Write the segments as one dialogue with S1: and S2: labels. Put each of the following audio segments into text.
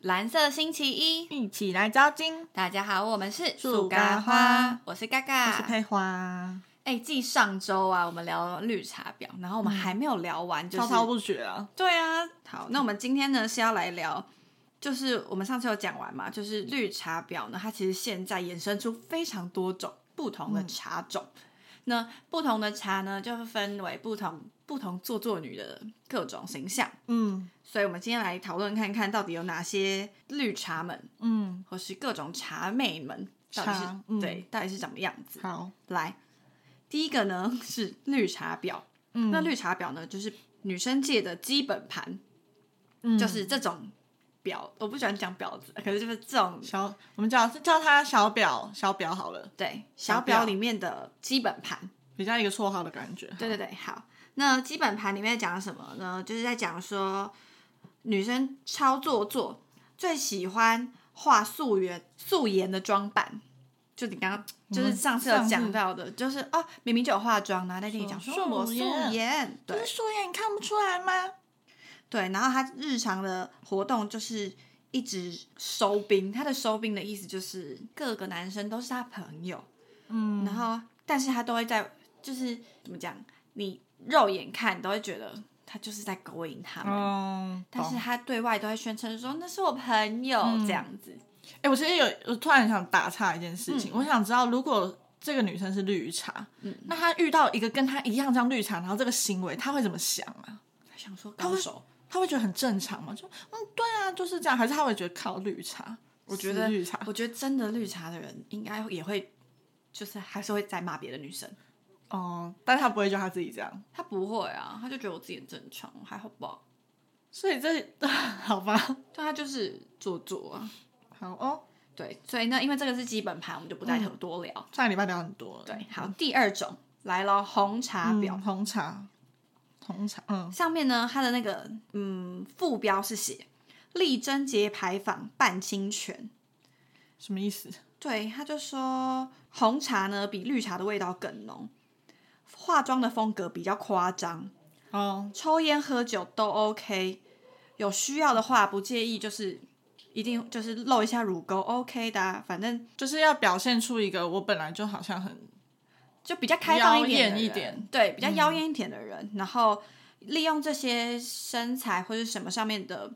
S1: 蓝色星期一，
S2: 一起来招金，
S1: 大家好，我们是
S2: 树
S1: 咖
S2: 咖花，
S1: 我是嘎
S2: 我是
S1: 嘎。
S2: 佩花，
S1: 哎，继上周啊，我们聊了绿茶婊，然后我们还没有聊完，就是
S2: 滔嗯滔不绝啊。
S1: 对啊。好，那我们今天呢是要来聊，就是我们上次有讲完嘛，就是绿茶婊呢，它其实现在衍生出非常多种不同
S2: 嗯
S1: 的茶种。那不同的茶呢，就分为不同不同做作女的各种形象。
S2: 嗯
S1: 所以，我们今天来讨论看看，到底有哪些绿茶们，
S2: 嗯，
S1: 或是各种茶妹们，到底是
S2: 茶、嗯
S1: 对，到底是怎么样子？
S2: 好，
S1: 来，第一个呢是绿茶婊。
S2: 嗯
S1: 那绿茶婊呢，就是女生界的基本盘，
S2: 嗯
S1: 就是这种婊。我不喜欢讲婊子，可是就是这种
S2: 小，我们叫叫他小表，小表好了，
S1: 对
S2: 小
S1: 小
S2: 婊
S1: 婊里面的基本盘。
S2: 比较一个绰号的感觉。
S1: 对对对，好。那基本盘里面讲什么呢？就是在讲说女生超做作，最喜欢画素颜素颜的妆扮。就你刚刚就是上次有
S2: 上次
S1: 讲到的，就是哦，明明就有化妆，然后在跟你讲
S2: 说
S1: 说哦我
S2: 素
S1: 素
S2: 颜
S1: 颜，对
S2: 就是素颜，你看不出来吗？
S1: 对，然后她日常的活动就是一直收兵，她的收兵的意思就是各个男生都是她朋友，
S2: 嗯，
S1: 然后但是他都会在，就是怎么讲，你肉眼看你都会觉得他就是在勾引他们，
S2: 嗯，
S1: 但是
S2: 懂
S1: 他对外都会宣称说那是我朋友、这样子。
S2: 哎、我其实有，我突然想打岔一件事
S1: 嗯
S2: 情，我想知道，如果这个女生是绿茶，那她遇到一个跟她一样这样绿茶，然后这个行为，她会怎么想啊？
S1: 他想说高手，
S2: 她会觉得很正常吗？就嗯，对啊，就是这样，还是她会觉得靠绿茶？我
S1: 我觉得
S2: 绿茶，
S1: 我觉得真的绿茶的人应该也会，就是还是会再骂别的女生。
S2: 哦、但她不会叫她自己这样，
S1: 他不会啊，他就觉得我自己很正常，还好吧。
S2: 所以这好吧，
S1: 但他就是做作啊，
S2: 好哦，
S1: 对，所以呢，因为这个是基本盘，我们就不再多聊。
S2: 上个礼拜聊很多了，
S1: 嗯对，好，第二种来了，红茶婊。
S2: 嗯，红茶，红茶，嗯，
S1: 上面呢，它的那个嗯副标是写“力争节牌坊半侵权
S2: 什么意思？”，
S1: 对，他就说红茶呢比绿茶的味道更浓，化妆的风格比较夸张，
S2: 哦，
S1: 抽烟喝酒都 OK，有需要的话不介意，就是一定就是露一下乳沟 OK 的啊、反正
S2: 就是要表现出一个我本来就好像很
S1: 就比较开
S2: 妖
S1: 放一点的
S2: 艳
S1: 人
S2: 一点，嗯
S1: 对，比较妖艳一点的人，然后利用这些身材或者什么上面的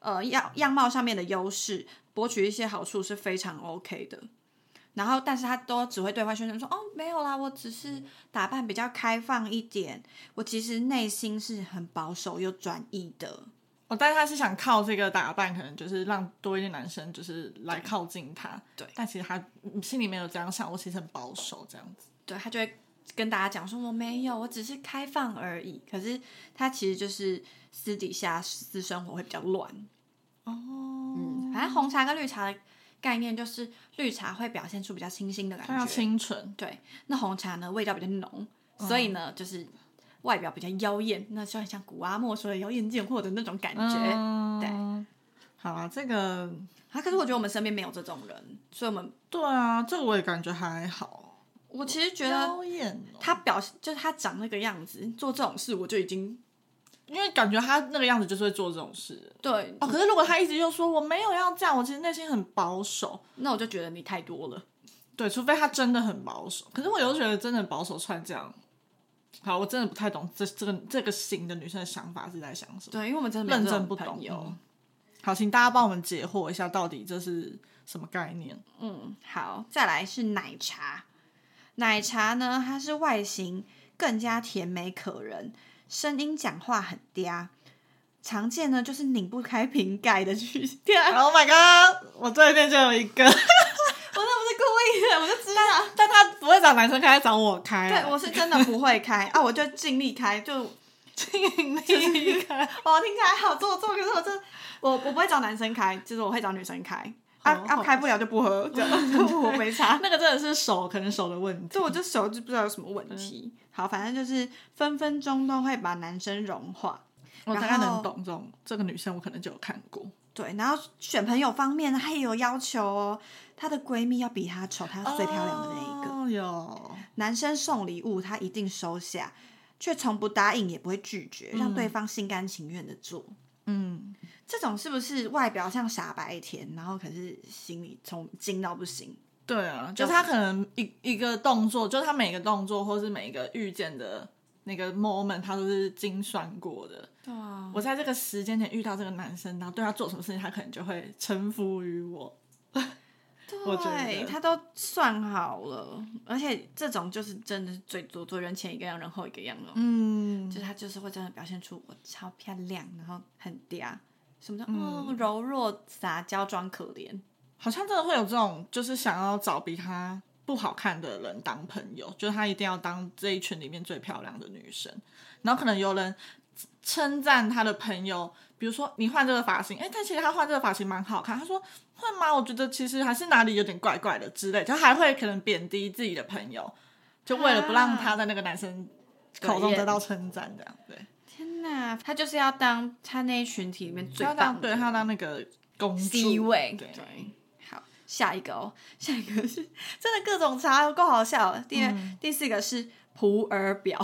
S1: 呃样样貌上面的优势，博取一些好处是非常 OK 的。然后，但是他都只会对外宣称说：“哦，没有啦，我只是打扮比较开放一点，我其实内心是很保守又专一的。
S2: 哦，但是他是想靠这个打扮，可能就是让多一点男生就是来靠近他。
S1: 对，
S2: 但其实他嗯心里没有这样想，我其实很保守这样子。
S1: 对”他就会跟大家讲说：“我没有，我只是开放而已。”可是他其实就是私底下私生活会比较乱，
S2: 哦，
S1: 嗯，反正红茶跟绿茶的概念就是绿茶会表现出比较清新的
S2: 他要
S1: 感觉，
S2: 清纯，
S1: 对。那红茶呢，味道比较浓，
S2: 嗯
S1: 所以呢，就是外表比较妖艳，那就很像古阿莫说的妖艳贱货的那种感觉。
S2: 嗯，
S1: 对
S2: 好啊，这个
S1: 啊，可是我觉得我们身边没有这种人，所以我们
S2: 对啊，这个我也感觉还好。
S1: 我其实觉得
S2: 妖艳哦、
S1: 啊他表现就是他长那个样子，做这种事我就已经
S2: 因为感觉他那个样子就是会做这种事。
S1: 对
S2: 哦，可是如果他一直就说我没有要这样，我其实内心很保守。
S1: 那我就觉得你太多了。
S2: 对，除非他真的很保守。可是我又觉得真的很保守穿这样，好，我真的不太懂这这个这个型的女生的想法是在想什么。
S1: 对，因为我们真的哦
S2: 认
S1: 没有这
S2: 真
S1: 种
S2: 不
S1: 朋
S2: 懂。
S1: 友
S2: 嗯。好，请大家帮我们解惑一下，到底这是什么概 念？
S1: 嗯，好，再来是奶茶。奶茶呢，它是外形更加甜美可人，声音讲话很嗲。常见呢就是拧不开瓶盖的去， 天啊，
S2: Oh my god！我对面就有一个，
S1: 我那不是故意的，我就知道。
S2: 但他不会找男生开，他找我开啊。
S1: 对，我是真的不会开啊，我就尽力开，就
S2: 尽 力开。
S1: 哦，听起来好做作，可是我真的我我不会找男生开，就是我会找女生开。啊
S2: 好
S1: 啊，
S2: 好
S1: 开不了就不 喝，这样我没差。
S2: 那个真的是手，可能手的问题
S1: 对，。我就手就不知道有什么问题。好，反正就是分分钟都会把男生融化。
S2: 我大
S1: 然
S2: 概能
S1: 后
S2: 懂这种这个女生，我可能就有看过。
S1: 对，然后选朋友方面呢，她也有要求哦，她的闺蜜要比她丑，她要最漂亮的那一个。
S2: 个。哦有。
S1: 男生送礼物，她一嗯定收下，却从不答应，也不会拒绝，让对方心甘情愿的做。
S2: 嗯，
S1: 这种是不是外表像傻白甜，然后可是心里从精到不行？
S2: 对啊，就是他可能一一个动作，就是他每个动作或是每一个遇见的那个 moment，他都是精算过的。
S1: 对啊，
S2: 我在这个时间点遇到这个男生，然后对他做什么事情，他可能就会臣服于我。我觉
S1: 对
S2: 得
S1: 他都算好了，而且这种就是真的是最左左人前一个样，人后一个样哦。
S2: 嗯，
S1: 就是他就是会真的表现出我超漂亮，然后很嗲，什么
S2: 嗯
S1: 叫哦柔弱撒娇装可怜，
S2: 好像真的会有这种，就是想要找比他不好看的人当朋友，就是他一定要当这一群里面最漂亮的女生。然后可能有人称赞他的朋友，比如说你换这个发型，哎、但其实他换这个发型蛮好看。他说换吗？我觉得其实还是哪里有点怪怪的之类，就还会可能贬低自己的朋友，就为了不让他在那个男生口中得到称赞，这样对。
S1: 天哪，他就是要当他那一群体里面最
S2: 他
S1: 棒
S2: 当
S1: 的，
S2: 对他当那个公主
S1: C 位，
S2: 对，
S1: 好，下一个哦， 下一个是真的各种茶够好笑了。第二、
S2: 嗯
S1: 第四个是普洱表，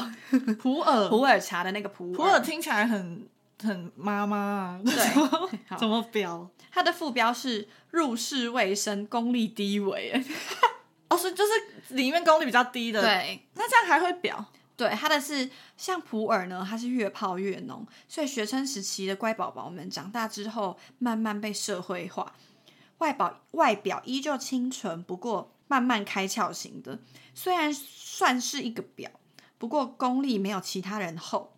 S2: 普洱
S1: 普洱茶的那个普
S2: 普洱听起来很很妈妈啊，
S1: 对好
S2: 怎么表？
S1: 它的副标是入世未深，功力低微。哎
S2: 哦，所以就是里面功率比较低的，，
S1: 对
S2: 那这样还会表
S1: 对，它的是像普洱呢，它是越泡越浓，所以学生时期的乖宝宝们长大之后，慢慢被社会化，外表外表依旧清纯，不过慢慢开窍型的，虽然算是一个表，不过功力没有其他人厚，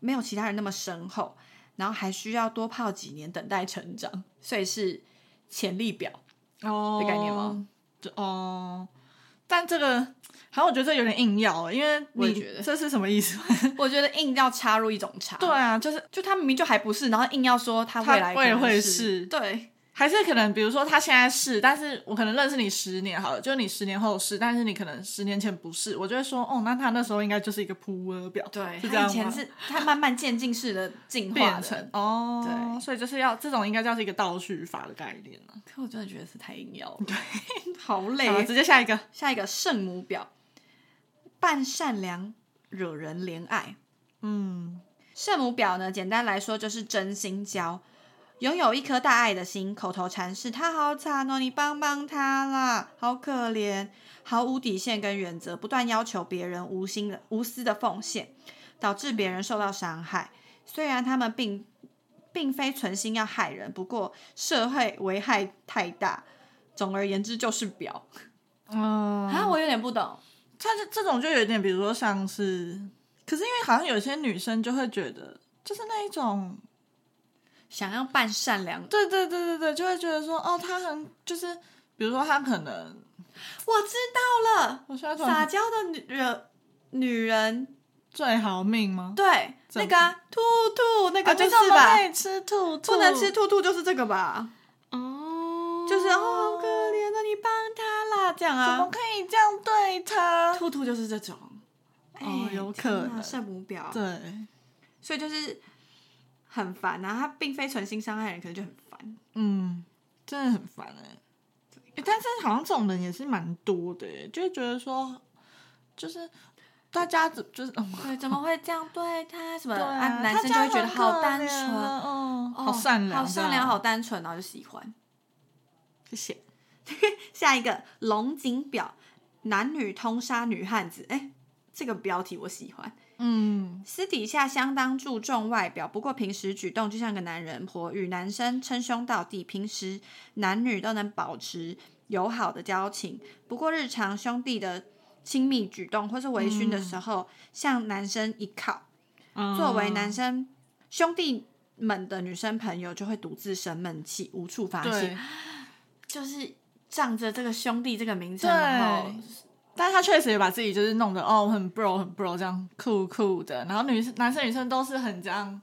S1: 没有其他人那么深厚，然后还需要多泡几年等待成长，所以是潜力表。
S2: 哦
S1: 的概念吗？
S2: 就哦，但这个好像我觉得这有点硬要，因为
S1: 我也
S2: 你
S1: 觉得
S2: 这是什么意思？
S1: 我觉得硬要插入一种茶，
S2: 对啊，就是
S1: 就他明明就还不是，然后硬要说他
S2: 他
S1: 未来可
S2: 未
S1: 能
S2: 会是
S1: 是，对。
S2: 还是可能，比如说他现在是，但是我可能认识你十年好了，就是你十年后是，但是你可能十年前不是，我就会说，哦，那他那时候应该就是一个普洱表，
S1: 对，
S2: 是这
S1: 他
S2: 样
S1: 以前
S2: 吗？
S1: 是他慢慢渐进式的进化
S2: 变
S1: 的
S2: 成哦，
S1: 对
S2: 所以就是要这种应该叫是一个倒叙法的概念了。
S1: 可我真的觉得是太硬要了，好累
S2: 好，
S1: 啊。
S2: 直接下一个
S1: 下一个圣母表，扮善良惹人怜爱。
S2: 嗯，
S1: 圣母表呢，简单来说就是真心交，拥有一颗大爱的心，口头禅是“他好惨哦，你帮帮他啦，好可怜”，毫无底线跟原则，不断要求别人无心的无私的奉献，导致别人受到伤害。虽然他们并并非存心要害人，不过社会危害太大。总而言之，就是表
S2: 哦、
S1: 啊，我有点不懂。
S2: 像这这种就有点，比如说像是，可是因为好像有些女生就会觉得，就是那一种，
S1: 想要扮善良，
S2: 对对对对对，就会觉得说，哦，她很就是，比如说她可能，
S1: 我知道了，
S2: 我现在突
S1: 撒
S2: 然
S1: 娇的女人，女人
S2: 最好命吗？
S1: 对，
S2: 怎
S1: 那
S2: 么
S1: 个啊兔兔那
S2: 啊，
S1: 个
S2: 就
S1: 就是是
S2: 我们
S1: 吧，
S2: 可以吃兔兔，
S1: 不能吃兔兔就是这个吧，
S2: 哦
S1: 就是哦好可怜啊，你帮他啦这样
S2: 怎
S1: 啊
S2: 么，可以这样对她？
S1: 兔兔就是这种，
S2: 哦
S1: 哎
S2: 有
S1: 天哪
S2: 可能
S1: 圣母婊，
S2: 对，
S1: 所以就是很烦啊，他并非存心伤害人，可是就很烦，
S2: 嗯，真的很烦哎、欸但是好像这种人也是蛮多的、欸，就会觉得说，就是大家怎就是，嗯
S1: 对，怎么会这样对他？什么
S2: 对
S1: 啊，
S2: 啊，
S1: 男
S2: 他这
S1: 生就会
S2: 样
S1: 觉得
S2: 很
S1: 好
S2: 可
S1: 单
S2: 怜
S1: 纯，
S2: 啊嗯，
S1: 哦
S2: 好善良，
S1: 好善良，好，单纯，然后就喜欢。
S2: 谢谢。
S1: 下一个龙井表，男女通杀女汉子，哎，这个标题我喜欢。
S2: 嗯，
S1: 私底下相当注重外表，不过平时举动就像个男人婆，与男生称兄道弟。平时男女都能保持友好的交情，不过日常兄弟的亲密举动或是微醺
S2: 嗯
S1: 的时候，向男生依靠。作为男生兄弟们的女生朋友，就会独自生闷气，无处
S2: 啊
S1: 发泄
S2: 对。，
S1: 就是仗着这个兄弟这个名称，
S2: 对
S1: 然后
S2: 但是他确实也把自己就是弄得哦很 bro 很 bro 这样酷酷的，然后女生男生女生都是很这样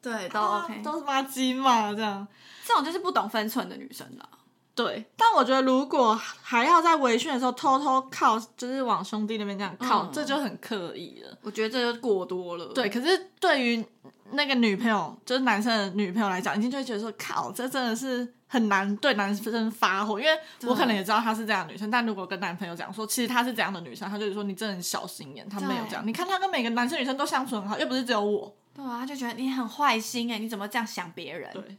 S1: 对都
S2: 啊
S1: OK，、
S2: 都是妈鸡嘛这样。
S1: 这种就是不懂分寸的女生了。
S2: 对，但我觉得如果还要在围训的时候偷偷靠，就是往兄弟那边这样靠，
S1: 嗯
S2: 这就很刻意了。
S1: 我觉得这就过多了。
S2: 对，可是对于那个女朋友，就是男生的女朋友来讲，一定就会觉得说，靠，这真的是很难对男生发火，因为我可能也知道她是这样的女生，但如果跟男朋友讲说，其实她是这样的女生，他就会说你真的很小心眼，她没有这样。你看她跟每个男生女生都相处很好，又不是只有我，
S1: 对啊，他就觉得你很坏心哎、你怎么这样想别人？
S2: 对，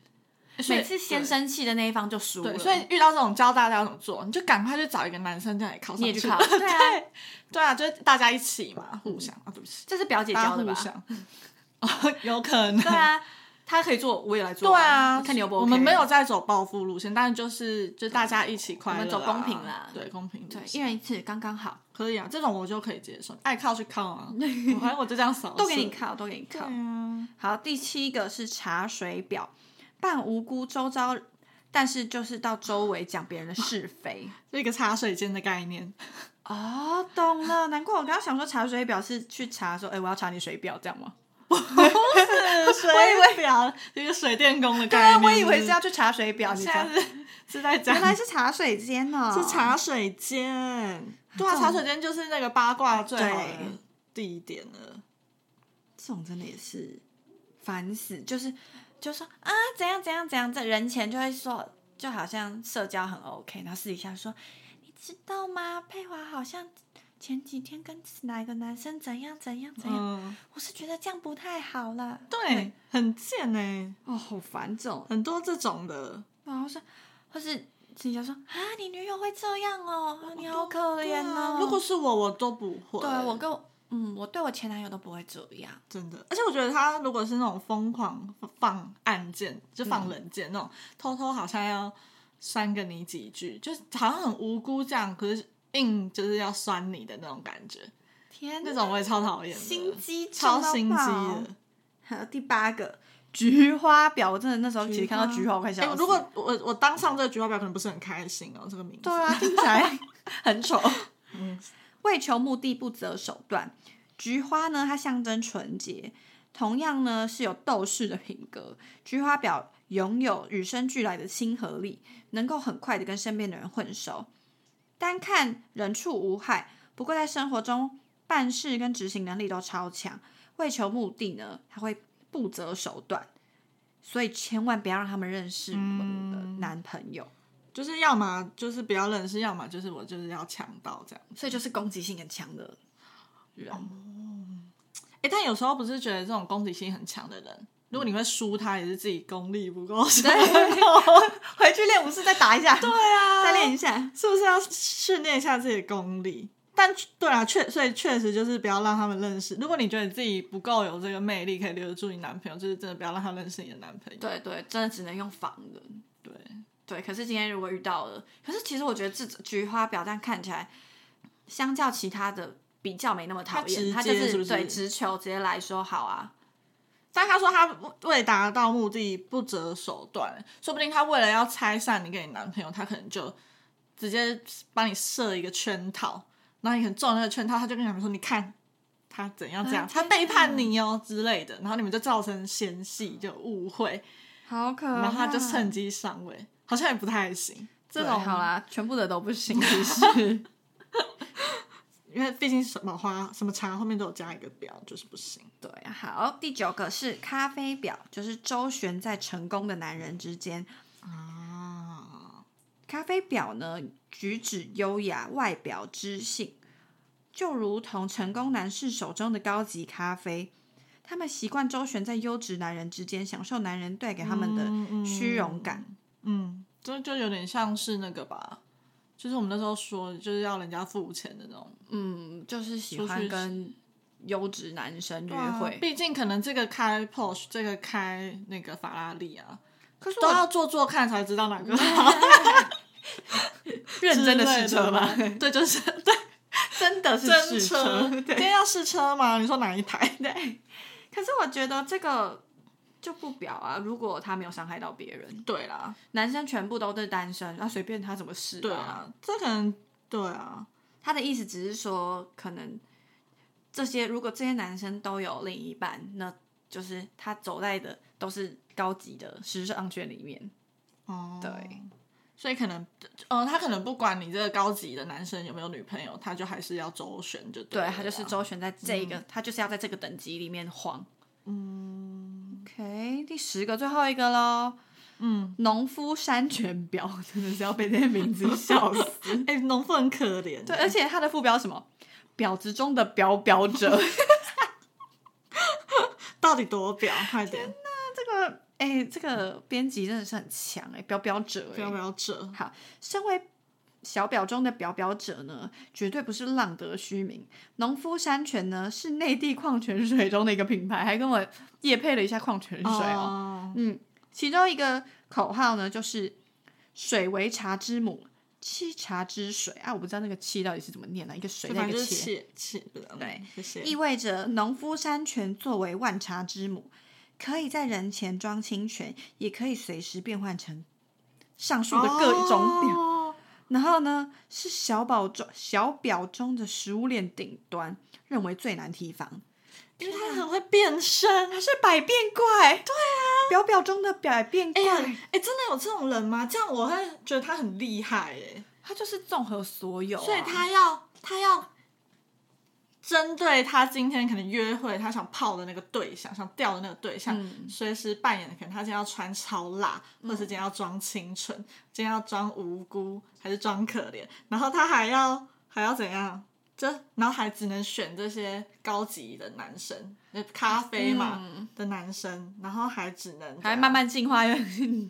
S2: 所以
S1: 每次先生气的那一方就输了，
S2: 对，所以遇到这种教大家怎么做，你就赶快去找一个男生这样也考上
S1: 你也去
S2: 去
S1: 考对啊
S2: 对对啊，就是大家一起嘛，互相啊，对不起，
S1: 这是表姐
S2: 大家
S1: 教的吧
S2: 互？相， 哦，有可能，
S1: 对啊，他可以做，我也来做、
S2: 对啊，
S1: 看你有不、
S2: 我们没有，在走报复路线，但是就是就大家一起快乐啊，
S1: 我们走公平啦
S2: 对，公平对
S1: 一人一次刚刚 好，
S2: 可以啊，这种我就可以接受，爱靠去靠 啊，我反正我就这样扫，
S1: 都给你，靠，都给你
S2: 对
S1: 靠。
S2: 啊，
S1: 好，第七个是查水表，扮无辜周遭，但是就是到周围讲别人的是非。
S2: 就一个茶水间的概 念，
S1: 哦，懂了，难怪我刚刚想说查水表是去查说，哎、我要查你水表这样吗？
S2: 水表一个水电工的
S1: 对
S2: 概
S1: 啊，
S2: 念，
S1: 我以为是
S2: 是
S1: 要去查水表，你
S2: 现
S1: 知道
S2: 在是 是在讲
S1: 原来是茶水间哦，
S2: 是茶水间，对啊，
S1: 这种
S2: 茶水间就是那个八卦最好的
S1: 对
S2: 地点了。
S1: 这种真的也是烦死，就是就说啊怎样怎样怎样，在人前就会说，就好像社交很 OK，然后私底下说，你知道吗？佩华好像前几天跟哪个男生怎样怎样怎样，
S2: 嗯，
S1: 我是觉得这样不太好了。
S2: 对，很贱呢、
S1: 哦，好烦这种，
S2: 很多这种的。
S1: 然后说，或是私底下说啊，你女友会这样哦，啊你好可
S2: 对
S1: 怜哦
S2: 啊。如果是我，我都不会。
S1: 对我跟我嗯，我对我前男友都不会这样。
S2: 真的，而且我觉得他如果是那种疯狂放案件，就放冷箭、那种，偷偷好像要酸个你几句，就是好像很无辜这样，可是硬就是要酸你的那种感觉，
S1: 天哪，
S2: 那种我也超讨厌的，
S1: 心机重
S2: 超
S1: 到
S2: 心机
S1: 爆
S2: 的。
S1: 还有第八个菊花婊，我真的那时候其实看到菊花我快笑
S2: 哎
S1: 死。
S2: 如果我我当上这个菊花表，可能不是很开心哦，这个名字。
S1: 对啊，听起来很丑。为求目的不择手段，菊花呢，它象征纯洁，同样呢是有斗士的品格。菊花婊拥有与生俱来的亲和力，能够很快的跟身边的人混熟。单看人畜无害，不过在生活中办事跟执行能力都超强。为求目的呢，他会不择手段，所以千万不要让他们认识我们的男朋友。
S2: 就是要么就是不要认识，要么就是我就是要强盗这样。
S1: 所以就是攻击性很强的 人。
S2: 哎、但有时候不是觉得这种攻击性很强的人，如果你会输他，也是自己功力不够深。
S1: 回去练武士再打一下，对 啊，再练一下。
S2: 是不是要训练一下自己的功力？但对啊，确所以确实就是不要让他们认识。如果你觉得你自己不够有这个魅力，可以留得住你男朋友，就是真的不要让他认识你的男朋友。
S1: 对对，真的只能用防的。
S2: 对
S1: 对，可是今天如果遇到了，可是其实我觉得这菊花婊，但看起来相较其他的比较没那么讨
S2: 他直
S1: 厌，
S2: 接
S1: 他就是
S2: 是不是
S1: 对直球直接来说好啊，
S2: 但他说他为达到目的不择手段，说不定他为了要拆散你跟你男朋友，他可能就直接帮你设一个圈套，然后你很中那个圈套，他就跟你讲说，你看他怎样怎样，
S1: 啊
S2: 他
S1: 天
S2: 背
S1: 哪
S2: 叛你哦之类的，然后你们就造成嫌隙，就误会，
S1: 好可
S2: 然后他就趁机上位，好像也不太行。这
S1: 这
S2: 种
S1: 种好，啦，全部的都不行，其实
S2: 因为毕竟什么花什么茶后面都有加一个表，就是不行。
S1: 对，好，第九个是咖啡婊，就是周旋在成功的男人之间，
S2: 啊，
S1: 咖啡婊呢，举止优雅，外表知性，就如同成功男士手中的高级咖啡。他们习惯周旋在优质男人之间，享受男人带给他们
S2: 嗯
S1: 的
S2: 嗯
S1: 虚荣感。
S2: 嗯，这就有点像是那个吧，就是我们那时候说就是要人家付钱的那种
S1: 嗯就是喜
S2: 出
S1: 欢
S2: 去
S1: 跟优质男生约
S2: 啊
S1: 会。
S2: 毕竟可能这个开 Porsche，这个开那个法拉利啊，
S1: 可是
S2: 都
S1: 我
S2: 要做做看才知道哪 个
S1: 认真的
S2: 之类
S1: 试车吗？
S2: 对， 就是对
S1: 真的是
S2: 真
S1: 试
S2: 车， 今
S1: 对。
S2: 天要试车吗？你说哪一台？ 对
S1: 可是我觉得这个就不表啊，如果他没有伤害到别人，
S2: 对啦，
S1: 男生全部都是单身，那、随便他怎么试、
S2: 对啊，这可能对啊，
S1: 他的意思只是说，可能这些如果这些男生都有另一半，那就是他走在的都是高级的时尚圈里面。
S2: 哦，
S1: 对，
S2: 所以可能，呃，他可能不管你这个高级的男生有没有女朋友，他就还是要周旋就对
S1: 对嗯
S2: 了
S1: 他就是周旋在这个，他就是要在这个等级里面晃。嗯，OK，第十个最后一个喽。嗯，农夫山泉表 真的是要被这些名字笑死。
S2: 哎、农夫很可怜，
S1: 对，而且它的副标是什么？婊子中的表表者，
S2: 到底多婊？快点，
S1: 哎、 这个编辑真的是很强哎、表表者哎、
S2: 不要不要这，
S1: 身为小表中的表表者呢，绝对不是浪得虚名。农夫山泉呢，是内地矿泉水中的一个品牌，还跟我夜配了一下矿泉水哦。
S2: 哦，
S1: 嗯，其中一个口号呢，就是“水为茶之母，沏茶之水”啊，我不知道那个“沏”到底是怎么念啊的，一个水
S2: 就
S1: 那
S2: 反
S1: 个
S2: 正
S1: “
S2: 就是
S1: 切”。
S2: 气气，对，谢谢。
S1: 意味着农夫山泉作为万茶之母，可以在人前装清泉，也可以随时变换成上述的各种表。
S2: 哦
S1: 然后呢，是小宝中小表中的食物链顶端，认为最难提防。
S2: 因为他很会变身。
S1: 它是百变怪，对啊，表表中的百变
S2: 哎
S1: 怪，
S2: 呀，哎，真的有这种人吗？这样我会觉得他很厉害哎，
S1: 它就是综合所有啊、
S2: 所以他要他要针对他今天可能约会他想泡的那个对象，想钓的那个对象，
S1: 嗯
S2: 随时扮演可能他今天要穿超辣，或者是今天要装清纯，今天要装无辜还是装可怜，然后他还要还要怎样？这然后还只能选这些高级的男生，那咖啡嘛、
S1: 嗯
S2: 的男生，然后还只能怎
S1: 还
S2: 样
S1: 慢慢进化，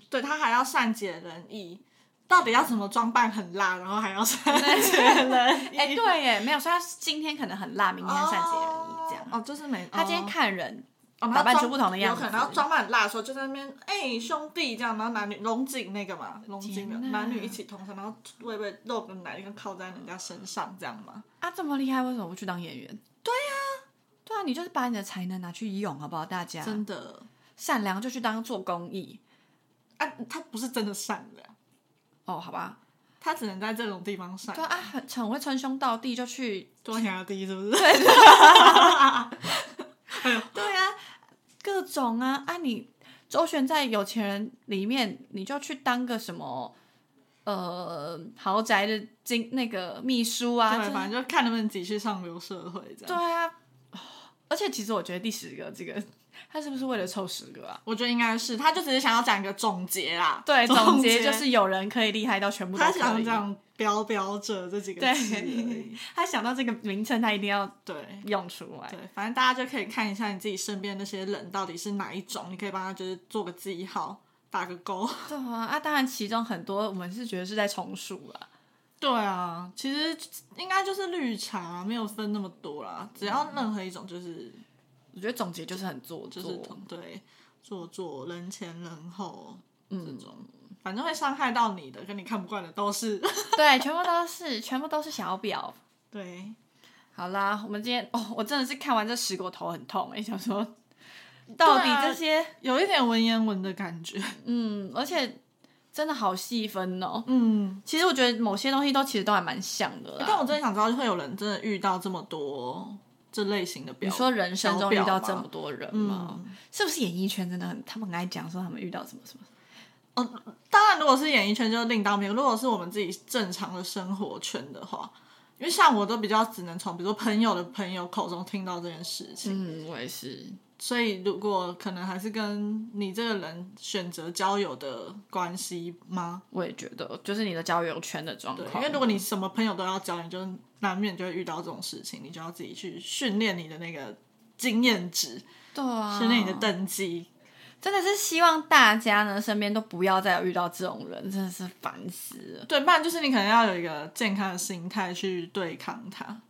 S2: 对他还要善解人意，到底要怎么装扮很辣，然后还要善解 人意？
S1: 哎、对耶，没有，所以他今天可能很辣，明天善解人意这样。
S2: 哦，就是每
S1: 他今天
S2: 哦
S1: 看人，
S2: 哦
S1: 打扮
S2: 然后
S1: 出不同的样子
S2: 有可能要装扮很辣的时候，就在那边哎、兄弟这样，然后男女龙井那个嘛，龙井的
S1: 天哪
S2: 男女一起同床，然后喂喂露个奶，跟靠在人家身上这样嘛。
S1: 啊，这么厉害，为什么不去当演员？对呀、对啊，你就是把你的才能拿去用，好不好？大家
S2: 真的，
S1: 善良就去当做公益
S2: 啊，他不是真的善良，
S1: 哦，好吧？
S2: 他只能在这种地方善
S1: 对
S2: 良。
S1: 啊，很很会称兄道弟，就去
S2: 多兄弟是不是？
S1: 对啊，各种啊啊你！周旋在有钱人里面，你就去当个什么呃豪宅的经那个秘书啊，
S2: 对，
S1: 就是
S2: 反正就看能不能挤去上流社会这样。
S1: 对啊。哦而且其实我觉得第十个这个，他是不是为了凑十个啊？
S2: 我觉得应该是，他就只是想要讲一个总结啦。
S1: 对，总
S2: 总
S1: 结就是有人可以厉害到全部都
S2: 他
S1: 可以。
S2: 想讲“表表者”这几个字而
S1: 对
S2: 已。
S1: 他想到这个名称，他一定要
S2: 对
S1: 用出来。
S2: 对，反正大家就可以看一下你自己身边那些人到底是哪一种，你可以帮他就是做个记号，打个勾。
S1: 对啊，啊，当然其中很多我们是觉得是在重述了。
S2: 对啊，其实应该就是绿茶，没有分那么多啦，只要任何一种就是
S1: 我觉得总结就是很做
S2: 就
S1: 作，
S2: 是同对做作人前人后这
S1: 嗯，
S2: 种，反正会伤害到你的，跟你看不惯的都是
S1: 对，全部都是全部都是小表。
S2: 对。
S1: 好啦，我们今天哦，我真的是看完这十个我头很痛哎、想说
S2: 啊
S1: 到底这些、
S2: 有一点文言文的感觉，
S1: 嗯，而且真的好细分哦。
S2: 嗯，欸
S1: 其实我觉得某些东西都其实都还蛮像的啦。
S2: 但我真的想知道，会有人真的遇到这么多这类型的表？
S1: 你说人生中遇到这么
S2: 多？
S1: 多人吗？
S2: 嗯，
S1: 是不是演艺圈真的很，他们很爱讲说他们遇到什么什么？
S2: 当然，如果是演艺圈就另当别论。如果是我们自己正常的生活圈的话，因为像我都比较只能从比如说朋友的朋友口中听到这件事情，
S1: 嗯，我也是。
S2: 所以如果可能还是跟你这个人选择交友的关系吗？
S1: 我也觉得，就是你的交友圈的状
S2: 对，
S1: 况。
S2: 因为如果你什么朋友都要交，你就难免就会遇到这种事情，你就要自己去训练你的那个经验值，
S1: 对啊，
S2: 训练你的等级。
S1: 真的是希望大家呢，身边都不要再有遇到这种人，真的是烦死了。
S2: 对，不然就是你可能要有一个健康的心态去对抗它，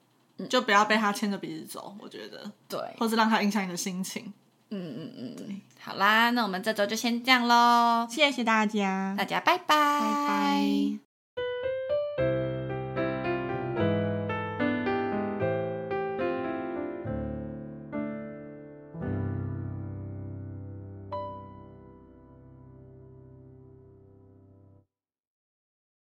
S2: 就不要被他牵着鼻子走。我觉得，
S1: 对，
S2: 或是让他影响你的心情。
S1: 嗯好啦，那我们这周就先这样喽，
S2: 谢谢大家，
S1: 大家拜拜，拜
S2: 拜拜。